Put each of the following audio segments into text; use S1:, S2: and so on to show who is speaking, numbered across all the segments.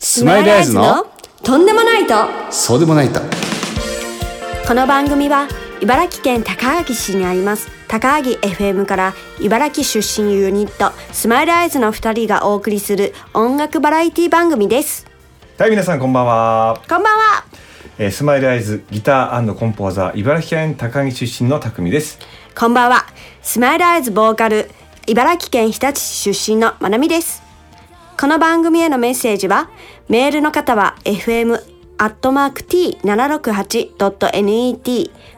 S1: スマイルアイズの
S2: とんでもないと
S1: そうでもないと
S2: この番組は茨城県高萩市にあります高萩 FM から茨城出身ユニットスマイルアイズの2人がお送りする音楽バラエティ番組です
S3: はい皆さんこんばんは、
S2: こんばんは
S3: えースマイルアイズギターコンポーザー茨城県高木出身の匠です
S2: こんばんはスマイルアイズボーカル茨城県日立市出身のまなみですこの番組へのメッセージはメールの方は fm アットマーク t768.net フ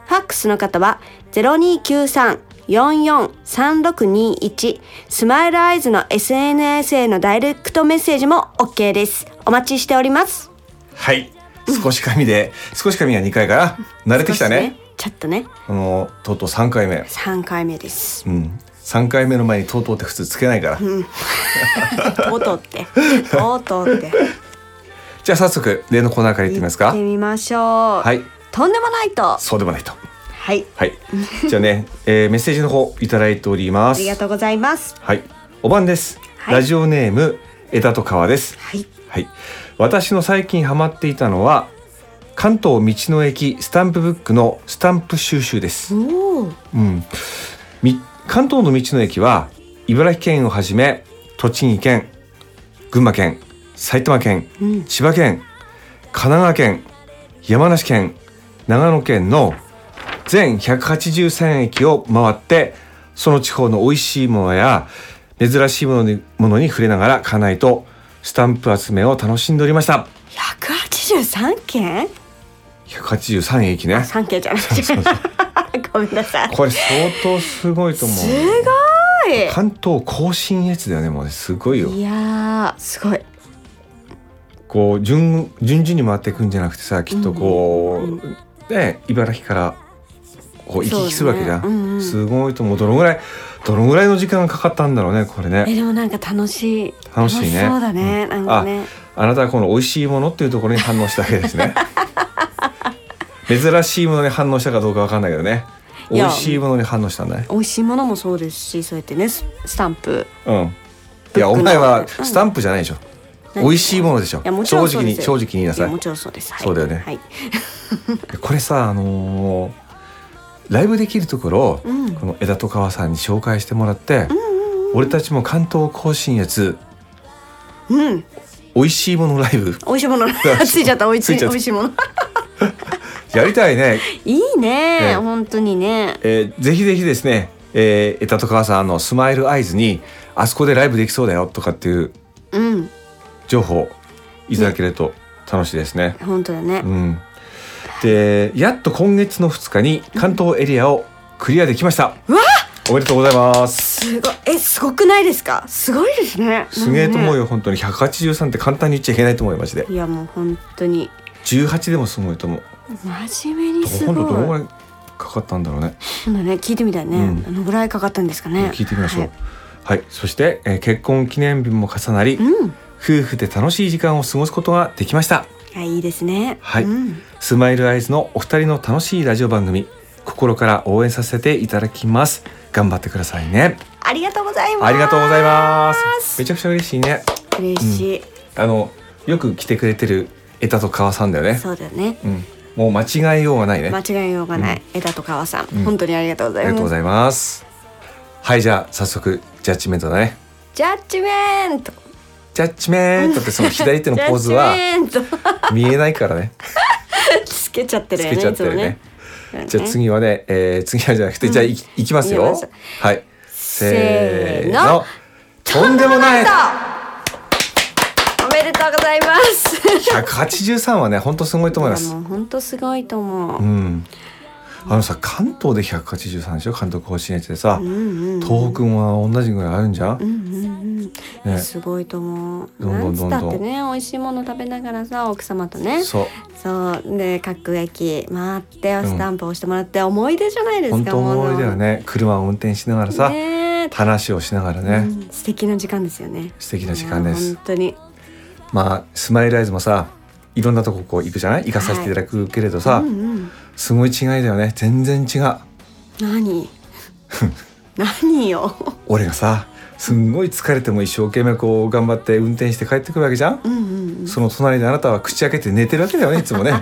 S2: ァックスの方は0293-443621スマイルアイズの SNS へのダイレクトメッセージも OK ですお待ちしております
S3: はい少し髪で少し髪は2回から慣れてきたね
S2: ちょっとね
S3: あのとうとう3回目
S2: 3回目です
S3: うん3回目の前にとうとうって普通つけないから、
S2: とうとうってとうとうって
S3: じゃあ早速例のコーナーからいってみます
S2: 行っ
S3: か
S2: てみましょう。
S3: はい
S2: とんでもないと。
S3: そうでもないと
S2: はい。
S3: はいじゃあね、えーメッセージの方いただいておりま
S2: あ
S3: す
S2: りがとうございます。
S3: はいおばんです、
S2: はい
S3: ラジオネーム枝と川です
S2: はい。
S3: はい、私の最近ハマっていたのは関東道の駅スタンプブックのスタンプ収集です、
S2: おお。
S3: うん、み関東の道の駅は茨城県をはじめ栃木県群馬県埼玉県
S2: うん。
S3: 千葉県神奈川県山梨県長野県の全183駅を回ってその地方の美味しいものや珍しいものにものに触れながら家内とスタンプ集めを楽しんでおりました
S2: 百八十三件？
S3: 183駅ね
S2: 三件じゃ なくて。ごめんなさい。
S3: これ相当すごいと思う
S2: すごい。
S3: 関東甲信越だよねもうねすごいよ
S2: いやーすごい。
S3: こう順順々に回っていくんじゃなくてさきっとこう、ね茨城からこう行き来するわけじゃん、
S2: そうねうんうん
S3: すごいともうどのぐらいどのぐらいの時間がかかったんだろうねこれ
S2: え
S3: ね
S2: でもなんか楽しい。
S3: 楽しいね
S2: 楽そうだね。なんかね。
S3: あなたはこの美味しいものっていうところに反応したわけです ね珍しいものに反応したかどうかわかんないけどね
S2: い
S3: 美
S2: や
S3: 味しいものに反応したんだね
S2: 美味しいものもそうですし、そうやってねススタンプ。
S3: うん
S2: ブック
S3: いや
S2: の
S3: お前は
S2: うん
S3: スタンプじゃないでしょ、
S2: 何
S3: 美味しいものでしょ
S2: いやもち
S3: 正
S2: ろんそ
S3: 直
S2: うで
S3: に
S2: す
S3: 正直に言いないさ
S2: や
S3: い
S2: もちろんそうです。はい
S3: そうだよね
S2: はい。
S3: これさあのーライブできるところを、
S2: うん
S3: この枝戸川さんに紹介してもらって、俺たちも関東甲信越
S2: うん。
S3: 美味しいものライブ
S2: 美味しいもの。 ついちゃった。美味し
S3: つい
S2: い
S3: ちゃ
S2: 美
S3: った
S2: 味しいもの。
S3: やりたいね、
S2: いいね
S3: ええ
S2: 本当にね。
S3: えーぜひぜひですね、えー、枝戸川さんのスマイルアイズにあそこでライブできそうだよとかっていう
S2: うん、
S3: 情報いただけると楽しいですね。
S2: 本当だね
S3: う。ん、でやっと今月の2日に関東エリアをクリアできました。おめでとうございます。
S2: すごい、え、すごくないですか。すごいですね。
S3: すげえと思う
S2: よ。
S3: よ本当に183って簡単に言っちゃいけないと思うよマジで
S2: いや、もう本当に。
S3: 18でもすごいと思う
S2: 真面目にすご
S3: 今
S2: い。
S3: 度どのぐ
S2: 今
S3: らいかかったんだろうね
S2: 度ね、聞いてみたいね。
S3: うん
S2: どのぐらいかかったんですかね。
S3: 聞いてみましょう
S2: はい
S3: はい、そして、えー結婚記念日も重なり
S2: うん、い
S3: 夫婦で楽しい時間を過ごすことができました
S2: や、いいですね。
S3: はい
S2: うん
S3: スマイルアイズのお二人の楽しいラジオ番組心から応援させていただきます頑張ってくださいね
S2: ありがとうございます。
S3: ありがとうございますめちゃくちゃ嬉しいね
S2: 嬉しい。
S3: あのよく来てくれてるエタと川さんだよね
S2: そうだね。
S3: うん、もう間違えようがないね
S2: 間違いようがない。枝と川さん、
S3: ん
S2: 本当にありがとうござ
S3: あ
S2: い
S3: りがと
S2: ます。
S3: うございます。はい、じゃあ早速ジャッジメントだね。
S2: ジャッジメント。
S3: ジャッジメントってその左 手の
S2: ジャ
S3: ポー
S2: ッ
S3: ズ
S2: ジ
S3: は
S2: メント。
S3: 見えないから ね。
S2: つけちゃってる
S3: つ
S2: よね。
S3: けちゃってるね。
S2: いつもね。
S3: じゃあ次はね、えー、次はじゃなくて、じゃあいいきます
S2: いき
S3: よ
S2: ます。
S3: はい。せー
S2: せーの
S3: の。とんでもない
S2: おめでとうございます。
S3: !183 はね、ほんとすごいと思いま
S2: いや
S3: す
S2: も。う本当すごいと思う。
S3: う
S2: うん
S3: ん。あのさ、関東で183でしょ関東甲信越でさ、
S2: うんうん、
S3: 東北も同じぐらいあるんじゃ
S2: うんんうんうん、
S3: ね。
S2: すごいと思う。
S3: どんどんどんどん
S2: なんつったってね、美味しいもの食べながらさ、奥様とね。
S3: そう。
S2: そう、で、各駅回って、
S3: ん
S2: スタンプを押してもらって、思い出じゃないです
S3: 本
S2: か。
S3: 当思い出はね、車を運転しながら
S2: もう。
S3: さ、
S2: ねえ
S3: 話をしながらね。
S2: うん素敵な時間ですよね。
S3: 素敵な時間です
S2: いや本当に。
S3: まあスマイルアイズもさいろんなとここう行くじゃない行かさせていただくけれどさ、
S2: うんうん。
S3: すごい違いだよね全然違う
S2: 何。何よ。
S3: 俺がさすんごい疲れても一生懸命こう頑張って運転して帰ってくるわけじゃん、
S2: うんうん
S3: その隣であなたは口開けて寝てるわけだよねいつ もね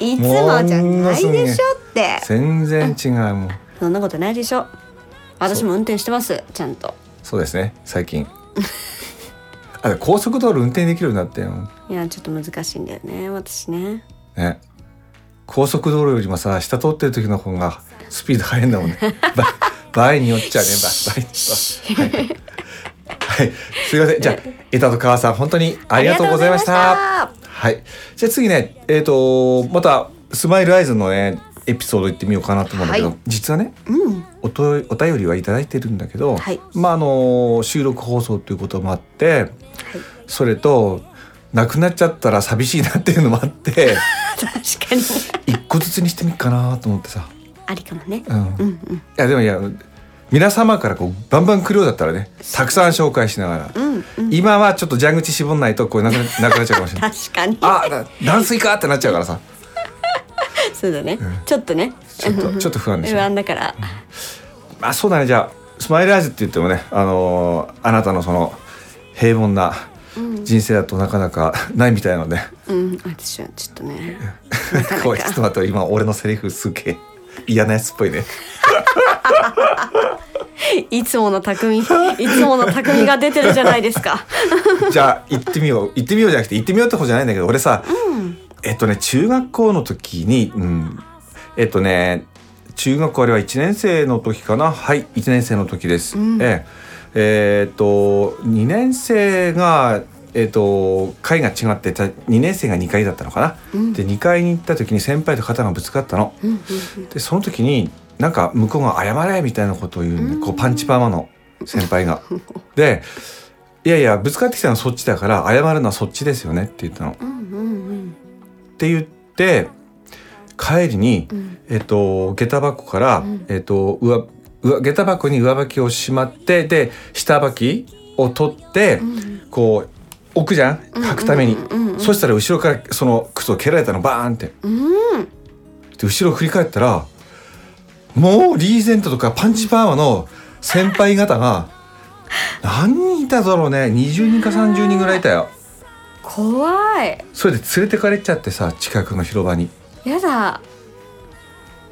S2: いつもじゃないでしょって
S3: 全然違うもん
S2: そんなことないでしょ私も運転してますちゃんと
S3: そうですね最近 あで高速道路運転できるようになってよ
S2: いやちょっと難しいんだよね私ね
S3: ね高速道路よりもさ下通ってる時の方がスピード速いんだもんね ば場合によっちゃね ば場合によっちゃはい、はい、すいませんじゃあ枝と川さん本当にありがとうございました
S2: ありがとうございま
S3: はいじゃあ次ねえっ、とまたスマイルアイズのねエピソード行ってみようかなと思うんだけど、
S2: はい
S3: 実はね
S2: うん
S3: おとお便りはいただいてるんだけど、
S2: はい
S3: まああの収録放送ということもあって、それとなくなっちゃったら寂しいなっていうのも あって。
S2: 確かに
S3: 一個ずつにしてみっかなと思ってさ、
S2: ありかもね
S3: うん
S2: う
S3: い
S2: んうん
S3: やでもいや皆様からこうバンバン来るようだったらねたくさん紹介しながら、
S2: うんうん
S3: 今はちょっと蛇口絞んないとこうなくななくなっちゃうかもしれない
S2: 確かに
S3: あだ断水かってなっちゃうからさ
S2: そうだねちょっとね
S3: ちょっとちょっと不安でし
S2: 不
S3: ょ
S2: 安だから
S3: あそうだねじゃあスマイルアイズって言ってもね、あのーあなたのその平凡な人生だとなかなかないみたいなので、
S2: うん私はちょっとね
S3: こいちょっと待って今俺のセリフすげえ嫌なやつっぽいね
S2: いつもの 匠いつもの匠が出てるじゃないですか
S3: じゃあ行ってみよう行ってみようじゃなくて行ってみようって方じゃないんだけど俺さ、えっとね中学校の時に、うん、えっとね中学校あれは1年生の時かなはい1年生の時です、えええーっと2年生がえっと階が違ってた2年生が2階だったのかな、で2階に行った時に先輩と肩がぶつかったの、でその時になんか向こうが「謝れ」みたいなことを言うんで、こうパンチパーマの先輩 が。でいやいやぶつかってきたのはそっちだから謝るのはそっちですよねって言ったの。っ
S2: うんうん
S3: て言って帰りに、
S2: ん
S3: えっと下駄箱から、えっと上上下駄箱に上履きをしまってで下履きを取って、こう置くじゃん履くために、
S2: うんうん
S3: そしたら後ろからその靴を蹴られたのバーンって。
S2: うんうん
S3: で後ろ振り返ったらもうリーゼントとかパンチパーマの先輩方が何人いただろうね20人か30人ぐらいいたよ
S2: 怖い
S3: それで連れてかれちゃってさ近くの広場に
S2: やだ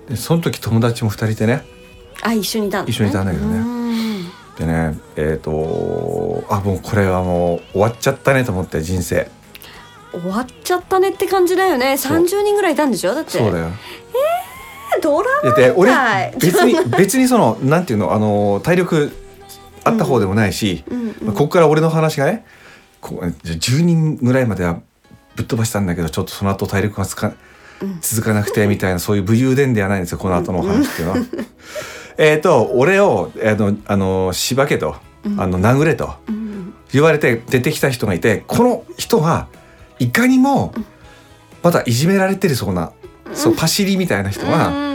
S3: でその時友達も2人いてね
S2: あ一緒にいたんだ、ね、
S3: 一緒にいたんだけどね
S2: ね
S3: でねえっ、とあもうこれはもう終わっちゃったねと思って人生
S2: 終わっちゃったねって感じだよね
S3: そう
S2: 30人ぐらいいたんでしょだって
S3: そうだよ
S2: ドラ
S3: だって俺
S2: はい
S3: 別に別にそのなんていうのあの体力あった方でもないし、
S2: うんうん
S3: まあここから俺の話がねこうじゃあ10人ぐらいまではぶっ飛ばしたんだけどちょっとその後体力がつか続かなくてみたいなそういう武勇伝ではないんですよこの後のお話っていうのは。えっと俺をあのあのしばけとあの殴れと
S2: うん
S3: 言われて出てきた人がいてこの人はいかにもまだいじめられてるそうなそうパシリみたいな人が。
S2: うんうん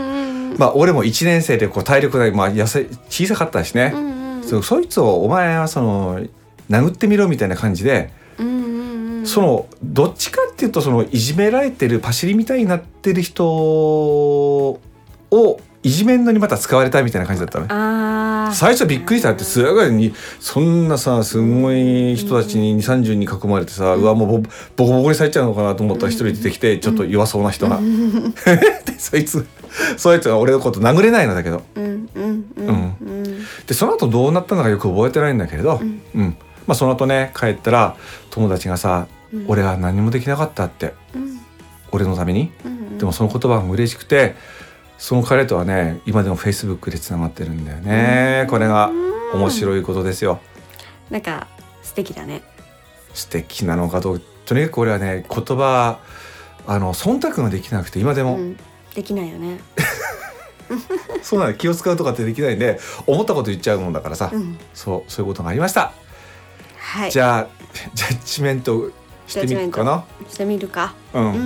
S3: まあ、俺も1年生でこう体力ない、まあ、痩せ小さかったしね、
S2: うん
S3: そうそいつをお前はその殴ってみろみたいな感じで、
S2: うんうん
S3: そのどっちかっていうとそのいじめられてるパシリみたいになってる人をいじめんのにまた使われたみたいな感じだったね。
S2: あー
S3: 最初びっくりしたってすごいにそんなさすごい人たちに30人囲まれてさうわもうボボコボコにされちゃうのかなと思ったら一人出てきてちょっと弱そうな人が でそいつそいつが俺のこと殴れないのだけど
S2: うんうんうんうん
S3: でその後どうなったのかよく覚えてないんだけれど、うんまあ、その後ね帰ったら友達がさ「俺は何もできなかった」って、
S2: ん
S3: 俺のために、
S2: うん
S3: でもその言葉も嬉しくてその彼とはね今でもフェイスブックでつながってるんだよね、これが面白いことですよ
S2: なんか素敵だね
S3: 素敵なのかどうとにかく俺はね言葉あの忖度ができなくて今で
S2: う
S3: も、
S2: んできないよね
S3: そうなの気を使うとかってできないんで思ったこと言っちゃうもんだからさ、
S2: うん
S3: そうそういうことがありました。
S2: はい
S3: じゃあジャッジメントしてみるかな。
S2: してみるか
S3: うん、
S2: うんうんうん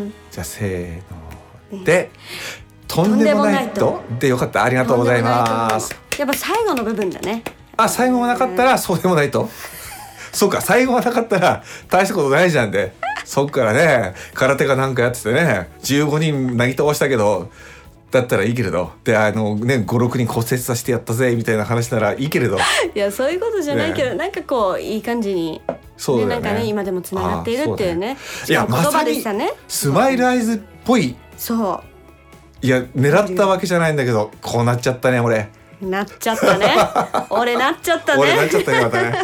S2: うん
S3: じゃあせーので、とんでもない
S2: とんで
S3: とでよかったありがとうございます。
S2: やっぱ最後の部分だね
S3: あ最後はなかったらそうでもないと。 そうか最後はなかったら大したことないじゃんで。そっからね空手かなんかやっててね15人なぎ倒したけどだったらいいけれどであのね56人骨折させてやったぜみたいな話ならいいけれど
S2: いやそういうことじゃないけど、なんかこういい感じに
S3: そうだ
S2: な
S3: よね
S2: んかね今でもつながっているっていうね
S3: あいや
S2: しか
S3: ま
S2: も言
S3: さ
S2: 葉で
S3: に
S2: したね、
S3: スマイルアイズっぽい
S2: そ
S3: いや狙ったわけじゃないんだけどこうなっちゃったね俺
S2: うなっちゃったね俺なっちゃったね
S3: 俺なっちゃったねまたね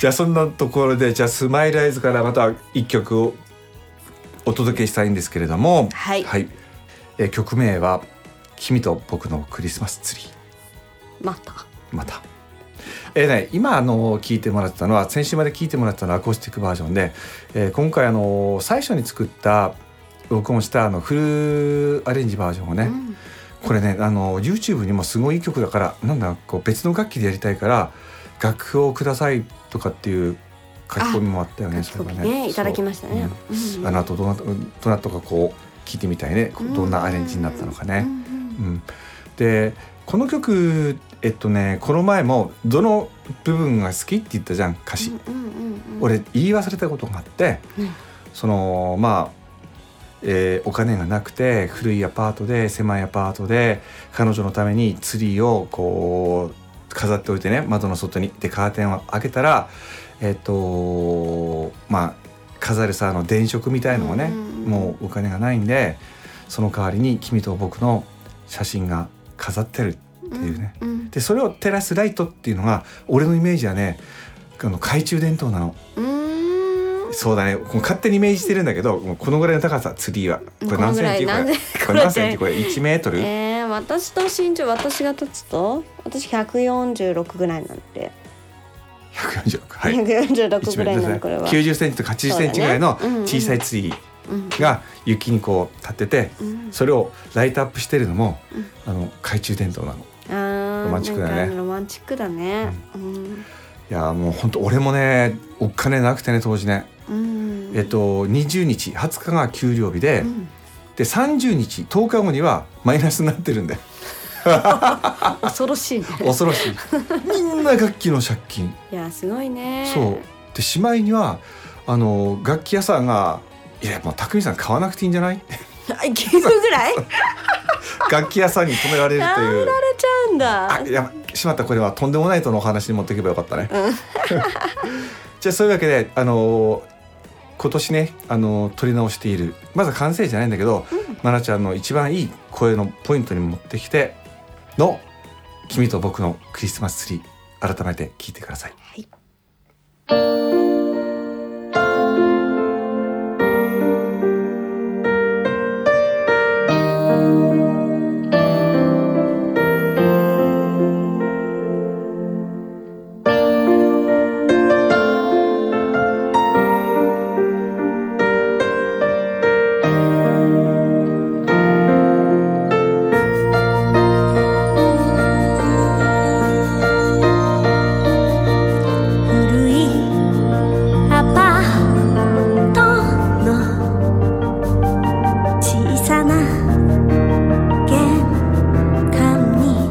S3: じゃあそんなところでじゃあスマイルアイズからまた一曲をお届けしたいんですけれども
S2: はい
S3: えー曲名は「君と僕のクリスマスツリー」
S2: また
S3: また。えーね、今あの聞いてもらってたのは先週まで聞いてもらってたのはアコースティックバージョンで、えー今回あの最初に作った録音したあのフルアレンジバージョンをね、
S2: うん
S3: これねあの YouTube にもすごいいい曲だからなんだこう別の楽器でやりたいから楽譜をくださいとかっていう書き込みもあったよね
S2: 書き込みねいただきましたね
S3: そううん
S2: うん
S3: あのあとどなたどなたかこう聞いてみたいねこうどんなアレンジになったのかね。
S2: うんうん
S3: うん、でこの曲えっとねこの前もどの部分が好きって言ったじゃん歌詞、
S2: うんうんうん
S3: 俺言い忘れたことがあって、
S2: うん
S3: そのまあえーお金がなくて古いアパートで狭いアパートで彼女のためにツリーをこう飾っておいてね窓の外にでカーテンを開けたらえっ、とまあ飾るさあの電飾みたいのをね、
S2: うんうんうん
S3: もうお金がないんでその代わりに君と僕の写真が飾ってるっていうね、
S2: うん
S3: でそれを照らすライトっていうのが俺のイメージはねあの懐中電灯なの
S2: うーん
S3: そうだねもう勝手にイメージしてるんだけどもうこのぐらいの高さツリーはこれ何センチ
S2: こ
S3: こ
S2: のぐらい
S3: れ
S2: 何センチ
S3: これ何センチこれ1メートル、
S2: えー、私と身長私が立つと私146ぐらいなんで、
S3: 146はい
S2: 146ぐら
S3: 1メ
S2: いなの
S3: ー
S2: こ
S3: ト
S2: れ
S3: ル
S2: は、
S3: 90センチとか80センチぐらいの
S2: そうだねうんうん
S3: 小さいツリ
S2: うん
S3: ーが雪にこう立ってて
S2: うん
S3: それをライトアップしてるのも
S2: うん
S3: あの懐中電灯なの
S2: あー
S3: ロマンチックだね
S2: なんかロマンチックだねうん、
S3: いやーもう本当俺もねお金なくてね当時ね
S2: うん、
S3: えっと20日20日が給料日で、
S2: うん
S3: で30日10日後にはマイナスになってるんで
S2: 恐ろしいね
S3: 恐ろ しいみんな楽器の借金
S2: いやすごいね
S3: そうでしまいにはあの楽器屋さんが「いやもう匠さん買わなくていいんじゃない?」
S2: あいけるぐらい
S3: 楽器屋さんに止められると
S2: あ
S3: い
S2: 売ら
S3: う
S2: れちゃうんだ
S3: あいやしまったこれはとんでもないとのお話に持っていけばよかったね、 じゃあそういうわけであの今年ねあの撮り直しているまず完成じゃないんだけど、まなちゃんの一番いい声のポイントに持ってきての「君と僕のクリスマスツリー」改めて聞いてください
S2: はい
S1: 古いアパートの小さな玄関に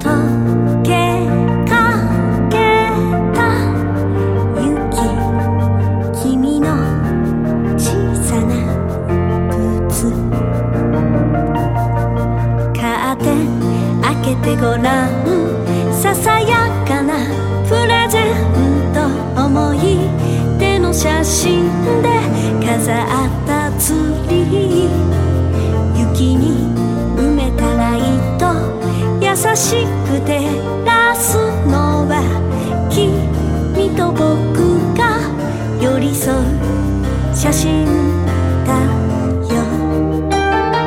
S1: 溶けかけた雪君の小さな靴カーテン開けてごらんささやかなプレゼント思い出の写真で飾ったツリー雪に埋めたライト優しく照らすのは君と僕が寄り添う写真だよ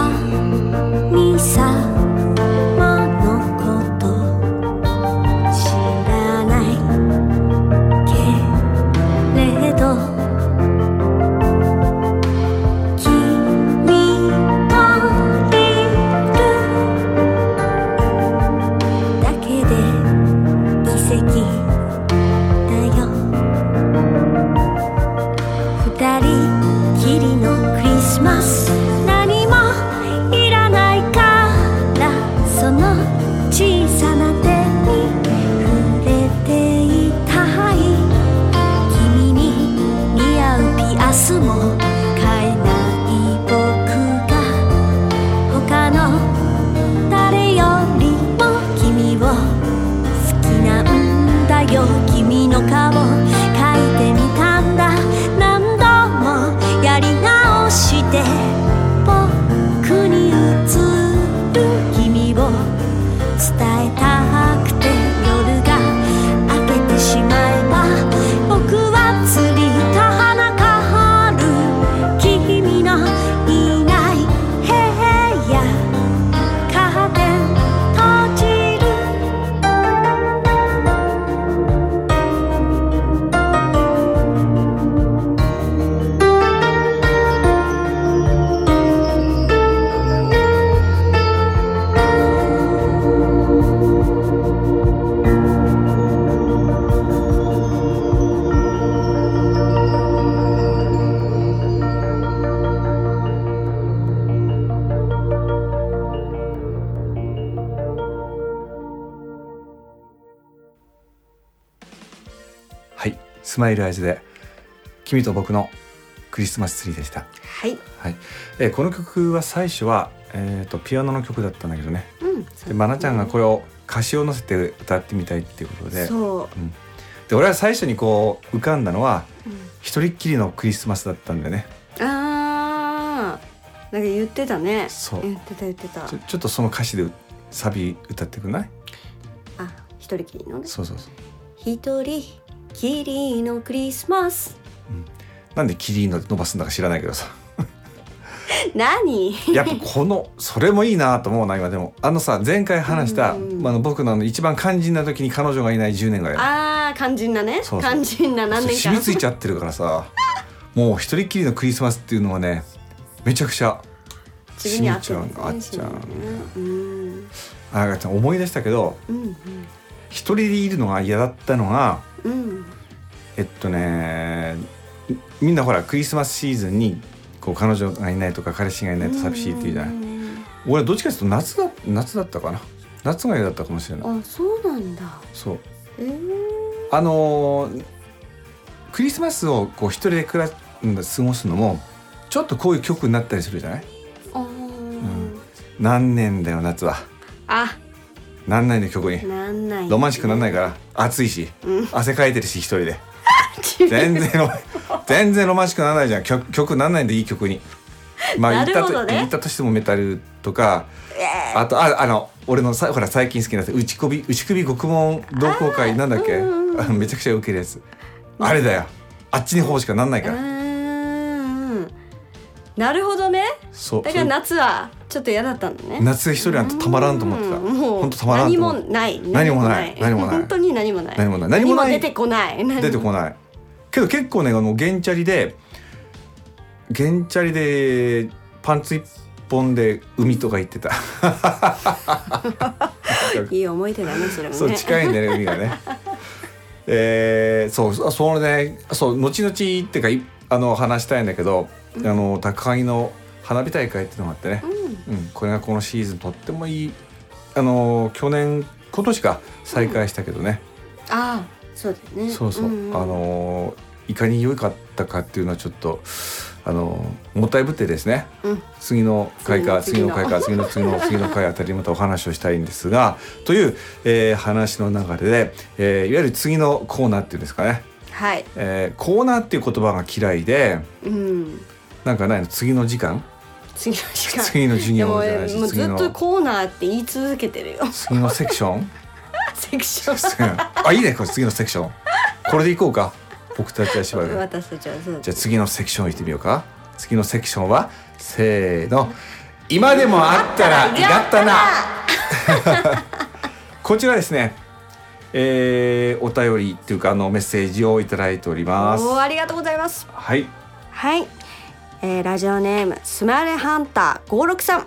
S1: 神様のこと知らないけ歌を書いてみたんだ何度もやり直して僕に映る君を伝えたくて夜が明けてしまえば僕は釣りた花かる君のいない部屋カーテン閉じる
S3: はいスマイルアイズで君と僕のクリスマスツリーでした、
S2: はい
S3: はいえーこの曲は最初は、えー、とピアノの曲だったんだけどね
S2: うん
S3: でまなちゃんがこれを歌詞を乗せて歌ってみたいっていうことで
S2: そう
S3: で俺は最初にこう浮かんだのは
S2: うん
S3: 一人っきりのクリスマスだったんだよね
S2: あーなんか言ってたね
S3: そう
S2: 言ってた言ってた
S3: ちょちょっとその歌詞でサビ歌ってくんない
S2: あ一人きりのね
S3: そうそうそう
S2: 一人きりのクリスマス
S3: なんでキリンの伸ばすんだか知らないけどさ
S2: 何
S3: やっぱこのそれもいいなと思うな今でもあのさ前回話した、
S2: うん
S3: あの僕のあの一番肝心な時に彼女がいない10年ぐらい
S2: あー肝心なね
S3: そうそう
S2: 肝心な何年
S3: 染
S2: 間
S3: みついちゃってるからさもう一人っきりのクリスマスっていうのはねめちゃくちゃ
S2: 自分に合ってるね
S3: しみちゃんあっちゃん
S2: うん
S3: あなんか思い出したけど
S2: うん
S3: 一人でいるのが嫌だったのが
S2: うん
S3: えっとねみみんなほらクリスマスシーズンにこう彼女がいないとか彼氏がいないと寂しいっていうじゃない、
S2: い
S3: 俺はどっちかというと夏だ夏だったかな夏が嫌だったかもしれない
S2: あそうなんだ
S3: そう
S2: えー
S3: あのークリスマスをこう一人で暮らす過ごすのもちょっとこういう曲になったりするじゃない
S2: あー
S3: ん何年だよ夏は
S2: あ
S3: 何年の曲に
S2: なんない
S3: ロマンチックなんないから暑いし、
S2: うん
S3: 汗かいてるし一 人で全然ロマン全然ロマンチックならないじゃん曲曲なんないんでいい曲にまあ
S2: なる
S3: 言っ
S2: ほ
S3: た
S2: ど
S3: と、
S2: ね
S3: 言ったとしてもメタルとかあとああの俺のさほら最近好きなやつ打ち首打ち首獄門同好会なんだっけ、
S2: うんうん
S3: あのめちゃくちゃウケるやつあれだよあっちに方しかなんないから、
S2: うんなるほどね
S3: そう
S2: だから夏はちょっと嫌だったんだね
S3: 夏一人なんてたまらんと思ってた
S2: うんも
S3: ほん
S2: う
S3: とたまらん
S2: 何
S3: と
S2: も
S3: 思って
S2: ない
S3: 何もない何もない
S2: 本当に何もない
S3: 何もない何もない
S2: 出てこない
S3: 出てこないけど結構ねあのゲンチャリでゲンチャリでパンツ一本で海とか行ってた
S2: いい思い出だねそれもね
S3: そう近いんだよね海がねえー、そうあそのねそう後々っていうかいあの話したいんだけど、あの高木の花火大会っていうのがあってね、
S2: うん
S3: うん、これがこのシーズンとってもいいあの去年今年か再開したけどね、
S2: ああそうだよね
S3: そうそう、
S2: んん
S3: あのいかに良かったかっていうのはちょっとあのもったいぶってですね
S2: うん
S3: 次の回か次
S2: 次
S3: の
S2: の
S3: 回か次の次の次の回あたりまたお話をしたいんですがという、えー話の流れで、えーいわゆる次のコーナーっていうんですかね、
S2: はい
S3: えーコーナーっていう言葉が嫌いで
S2: うん
S3: なんかないの次の時間
S2: 次の時間
S3: 次の授
S2: で
S3: 業
S2: も
S3: じゃない
S2: も
S3: し
S2: う
S3: 次
S2: ずっ
S3: の
S2: とコーナーって言い続けてるよ
S3: 次のセクション
S2: セクショ
S3: あいいねこれ次のセクションこれでいこうか僕たちは縛
S2: ン
S3: る
S2: 私たちはそう
S3: じゃあ次のセクション行ってみようか。次のセクションは、せーの。今でもあったら、いがったな。 こちらですね。えー、お便りっていうか、あのメッセージをいただいております。
S2: おーありがとうございます
S3: はい。
S2: はい、えー、ラジオネームスマイルハンター56さん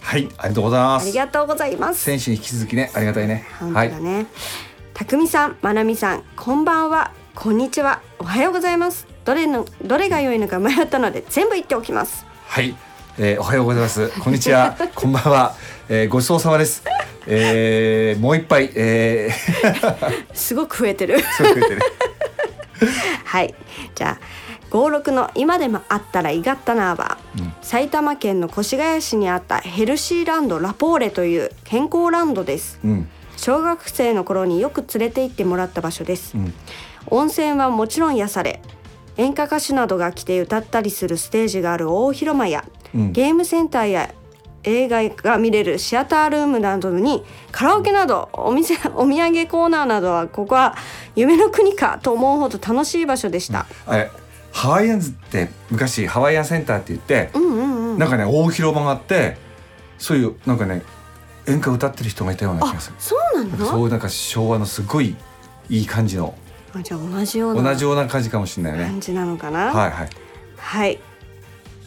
S3: はい、ありがとうございま
S2: あり
S3: す。
S2: がとうございます
S3: 選手に引き続きね、ありがたいね。
S2: 本当
S3: はい
S2: だ。ね、たくみさんまなみさんこんばんはこんにちはおはようございますどれのどれが良いのか迷ったので全部言っておきます
S3: はい、えー、おはようございます。こんにちは。こんばんは。えー、ごちそうさまです。えー、もう一杯、えー、
S2: すごく増えてる
S3: すごく言ってね
S2: はいじゃあ56の「今でもあったらいがったな」は、埼玉県の越谷市にあったヘルシーランドラポーレという健康ランドです
S3: うん、
S2: 小学生の頃によく連れて行ってもらった場所です、温泉はもちろん癒され演歌歌手などが来て歌ったりするステージがある大広間や、
S3: うん
S2: ゲームセンターや映画が見れるシアタールームなどにカラオケなどお店 お土産コーナーなどはここは夢の国かと思うほど楽しい場所でした。
S3: あれハワイアンズって昔ハワイアンセンターって言って、
S2: うんうんうん、
S3: なんかね大広場があってそういうなんかね演歌歌ってる人がいたような気
S2: あ
S3: がする
S2: そうな
S3: なん
S2: の
S3: かそういうなんか昭和のすごいいい感じの
S2: あじゃあ同じよう
S3: 同
S2: な
S3: じような感じかもしれないよね
S2: 感じなのかな、
S3: はいはい
S2: はい。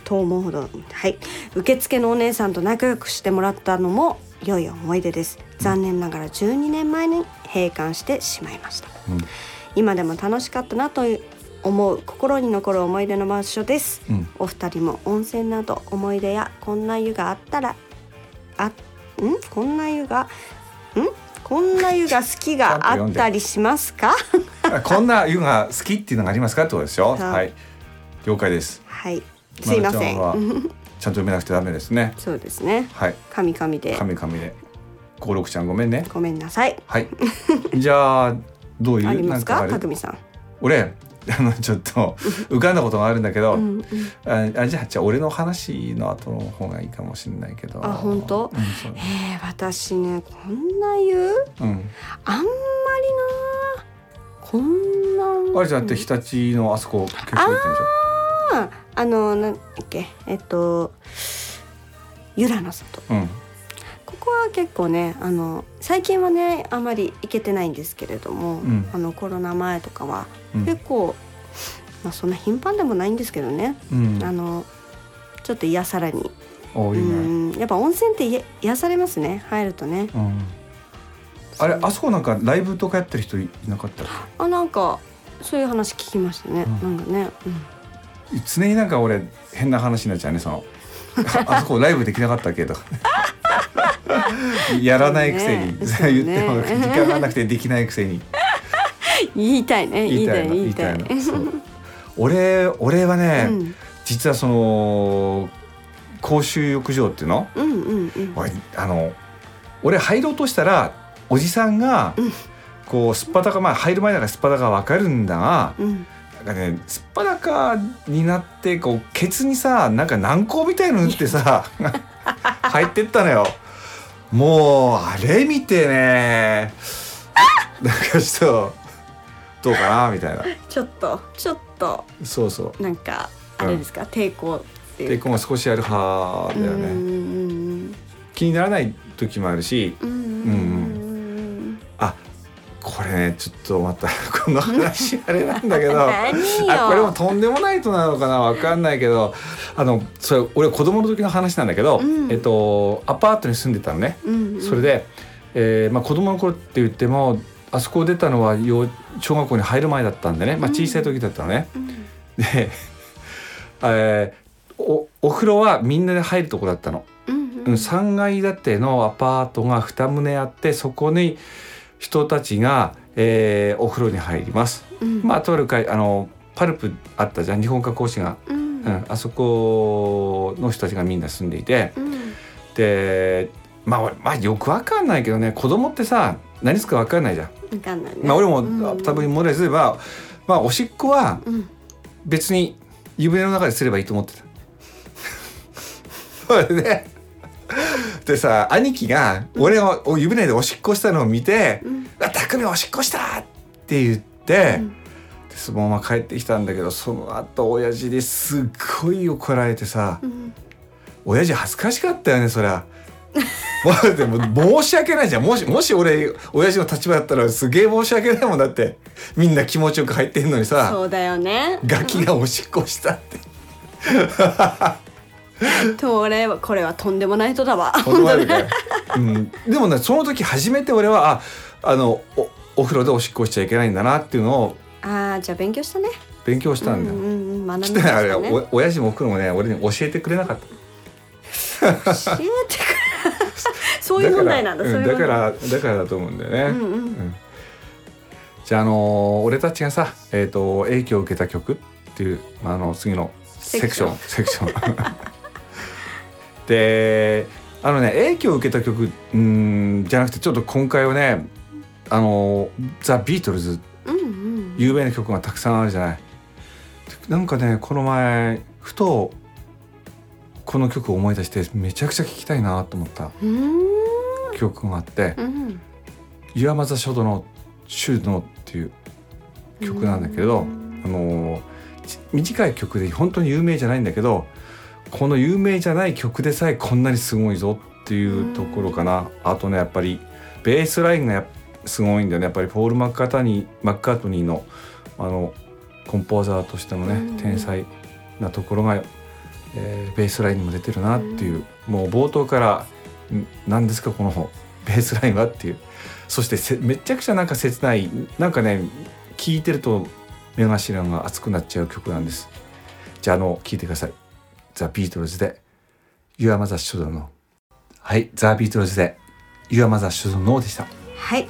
S2: と思うほど、はい。受付のお姉さんと仲良くしてもらったのも良い思い出です。残念ながら12年前に閉館してしまいました。
S3: うん
S2: 今でも楽しかったなという思う心に残る思い出の場所です、
S3: うん
S2: お二人も温泉など思い出やこんな湯があったらあんこんな湯がんこんな湯が好きがあったりしますか
S3: あこんな湯が好きっていうのがありますかってことですよ
S2: はい
S3: はい了解です
S2: はいすいません、
S3: まるちゃん
S2: うん
S3: ちゃんと読めなくてダメですね
S2: そうですね
S3: はい
S2: カミカミで
S3: カミカミで五六ちゃんごめんね
S2: ごめんなさい。
S3: はいじゃあどういう
S2: ありますか、
S3: なん
S2: た
S3: ある
S2: くみさん。
S3: 俺あのちょっと浮かんだことがあるんだけど、
S2: うんうん
S3: ああじゃあじゃあ俺の話の後の方がいいかもしれないけど
S2: あ本当
S3: うんそうね
S2: えー、私ね、こんな言う、
S3: うん
S2: あんまりなあ。こんな。
S3: あれじゃんだって日立のあそこ結構行ってんでし
S2: ああの、なんだっけ、えっと。ゆらの里。
S3: ょうん
S2: ここは結構ね、あの、最近はね、あまり行けてないんですけれども。
S3: ん
S2: あの、コロナ前とかは、
S3: うん
S2: 結構。まあ、そんな頻繁でもないんですけどね。
S3: うん
S2: あの。ちょっと癒されに
S3: おいいね
S2: うんやっぱ温泉って癒癒されますね入るとね
S3: うんあれあそこなんかライブとかやってる人いいなかったっ
S2: あなんかそういう話聞きましたね、
S3: う
S2: なんかね、
S3: け常になんか俺変な話になっちゃうねそ のあそこライブできなかったっけどやらないくせに、
S2: そうね
S3: 言っても時間がなくてできないくせに
S2: うん、言いたいね言いたい
S3: の
S2: 言いたい
S3: のそう俺俺はね、
S2: うん
S3: 実はその公衆浴場っていうの
S2: うんうんうん
S3: おいあの俺入ろうとしたらおじさんが、こうすっぱだかまあ入る前だからすっぱだかわかるんだが、
S2: うん
S3: なんかねすっぱだかになってこうケツにさなんか軟膏みたいの塗っ てさ入ってったのよもうあれ見てねなんかちょっとどうかなみたいな
S2: ちょっとちょっと
S3: そうそう
S2: なんか
S3: う
S2: あ
S3: ん
S2: れですか、抵抗ってい
S3: 抵
S2: う
S3: 抗が少しある派だよ
S2: う
S3: ね
S2: ん
S3: 気にならない時もあるし
S2: うんうんうん
S3: あこれねちょっとまた この話あれなん だけどあ
S2: 何よ
S3: これもとんでもないとなのかなわかんないけどあのそれ俺子供の時の話なんだけど、
S2: うん
S3: えっと、アパートに住んでたのね。
S2: うんうん
S3: それで、えーまあ、子供の頃って言ってもあそこを出たのは幼小学校に入る前だったんでね、まあ、小さい時だったのね。
S2: うん
S3: で、えーおお風呂はみんなで入るとこだったの。
S2: うん
S3: うん、3階建てのアパートが2棟あってそこに人たちが、えーお風呂に入ります。
S2: うん
S3: まあ、とある会あのパルプあったじゃん日本化講師が、
S2: うん
S3: うん、あそこの人たちがみんな住んでいて
S2: うん
S3: で、まあ俺、まあよくわかんないけどね子供ってさ何するかわかんないじゃん。
S2: わかんないね
S3: まあ、俺も、
S2: うん
S3: 多分漏れず、まあ、まあおしっこは
S2: うん
S3: 別に湯船の中ですればいいと思ってた。 それででさ兄貴が俺をお湯船でおしっこしたのを見て
S2: うん
S3: 「あ匠おしっこした!」って言って、
S2: うん
S3: でそのまま帰ってきたんだけどその後親父ですっごい怒られてさ
S2: うん
S3: 親父恥ずかしかったよねそりゃ。もうでも申し訳ないじゃんもしもし俺親父の立場だったらすげえ申し訳ないもんだってみんな気持ちよく入ってんのにさ。
S2: そうだよね
S3: ガキがおしっこした って。
S2: と俺はこれはとんでもない人だわ
S3: 本当だよねうん、でもねその時初めて俺はああのおお風呂でおしっこしちゃいけないんだなっていうのを
S2: ああじゃあ勉強したね。
S3: 勉強したんだ
S2: う
S3: よ。
S2: んうんうん、学
S3: そ
S2: び
S3: し
S2: ま
S3: たらあ
S2: し
S3: れ
S2: たね。
S3: お親父もおふくろもね俺に教えてくれなかった。
S2: 教えてくれ。 そういう問題なんだ。
S3: から
S2: そううんいう
S3: だ
S2: 問
S3: か
S2: 題。
S3: らだからだと思うんだよね。
S2: うんうん
S3: うんじゃあ、あのー俺たちがさ、えー、と影響を受けた曲っていう、まあ、あの次のセクションセクションであのね影響を受けた曲うんじゃなくてちょっと今回はねあのーザ・ビートルズ
S2: うんうん
S3: 有名な曲がたくさんあるじゃないなんかねこの前ふとこの曲を思い出してめちゃくちゃ聴きたいなと思った
S2: うーん
S3: 曲があって
S2: うん
S3: 「岩間座書道のシューノっていう曲なんだけど、あのーち短い曲で本当に有名じゃないんだけどこの有名じゃない曲でさえこんなにすごいぞっていうところかな、あとねやっぱりベースラインがやっすごいんだよねやっぱりポール・マッカータニーマッカートニーのあのコンポーザーとしてのね、
S2: うん
S3: 天才なところが、えーベースラインにも出てるなっていう、もう冒頭から「ん何ですかこのベースラインは?」っていうそしてせめちゃくちゃなんか切ないなんかね聴いてると目頭が熱くなっちゃう曲なんですじゃああの聴いてくださいザ・ビートルズで「岩間雑誌の」はいザ・ビートルズで「岩間雑誌の」でした
S2: はい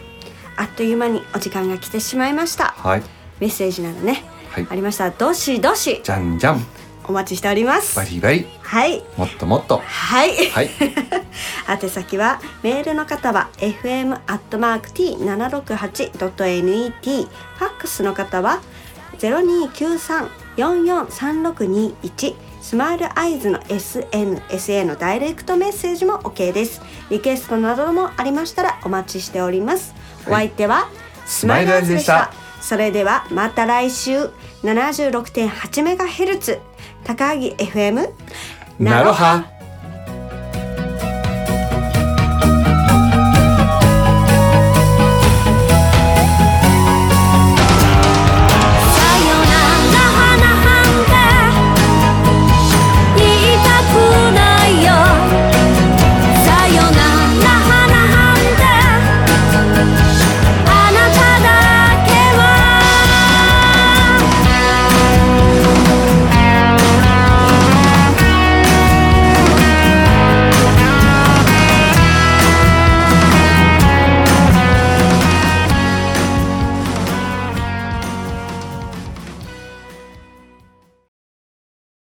S2: あっという間にお時間が来てしまいました
S3: はい
S2: メッセージなどね
S3: はい
S2: ありましたらどしどし
S3: じゃんじゃん
S2: お待ちしております
S3: バリバリ
S2: はい
S3: もっともっと
S2: はい
S3: はい
S2: 宛先はメールの方は fm t 七六八 net ファックスの方はゼロ二九三四四三六二一スマイルアイズの SNS へのダイレクトメッセージも OK です。リクエストなどもありましたらお待ちしております。お
S3: はい
S2: 相手はス
S3: マイルアイズでした
S2: それではまた来週76.8メガヘルツ高木 FM
S3: なろは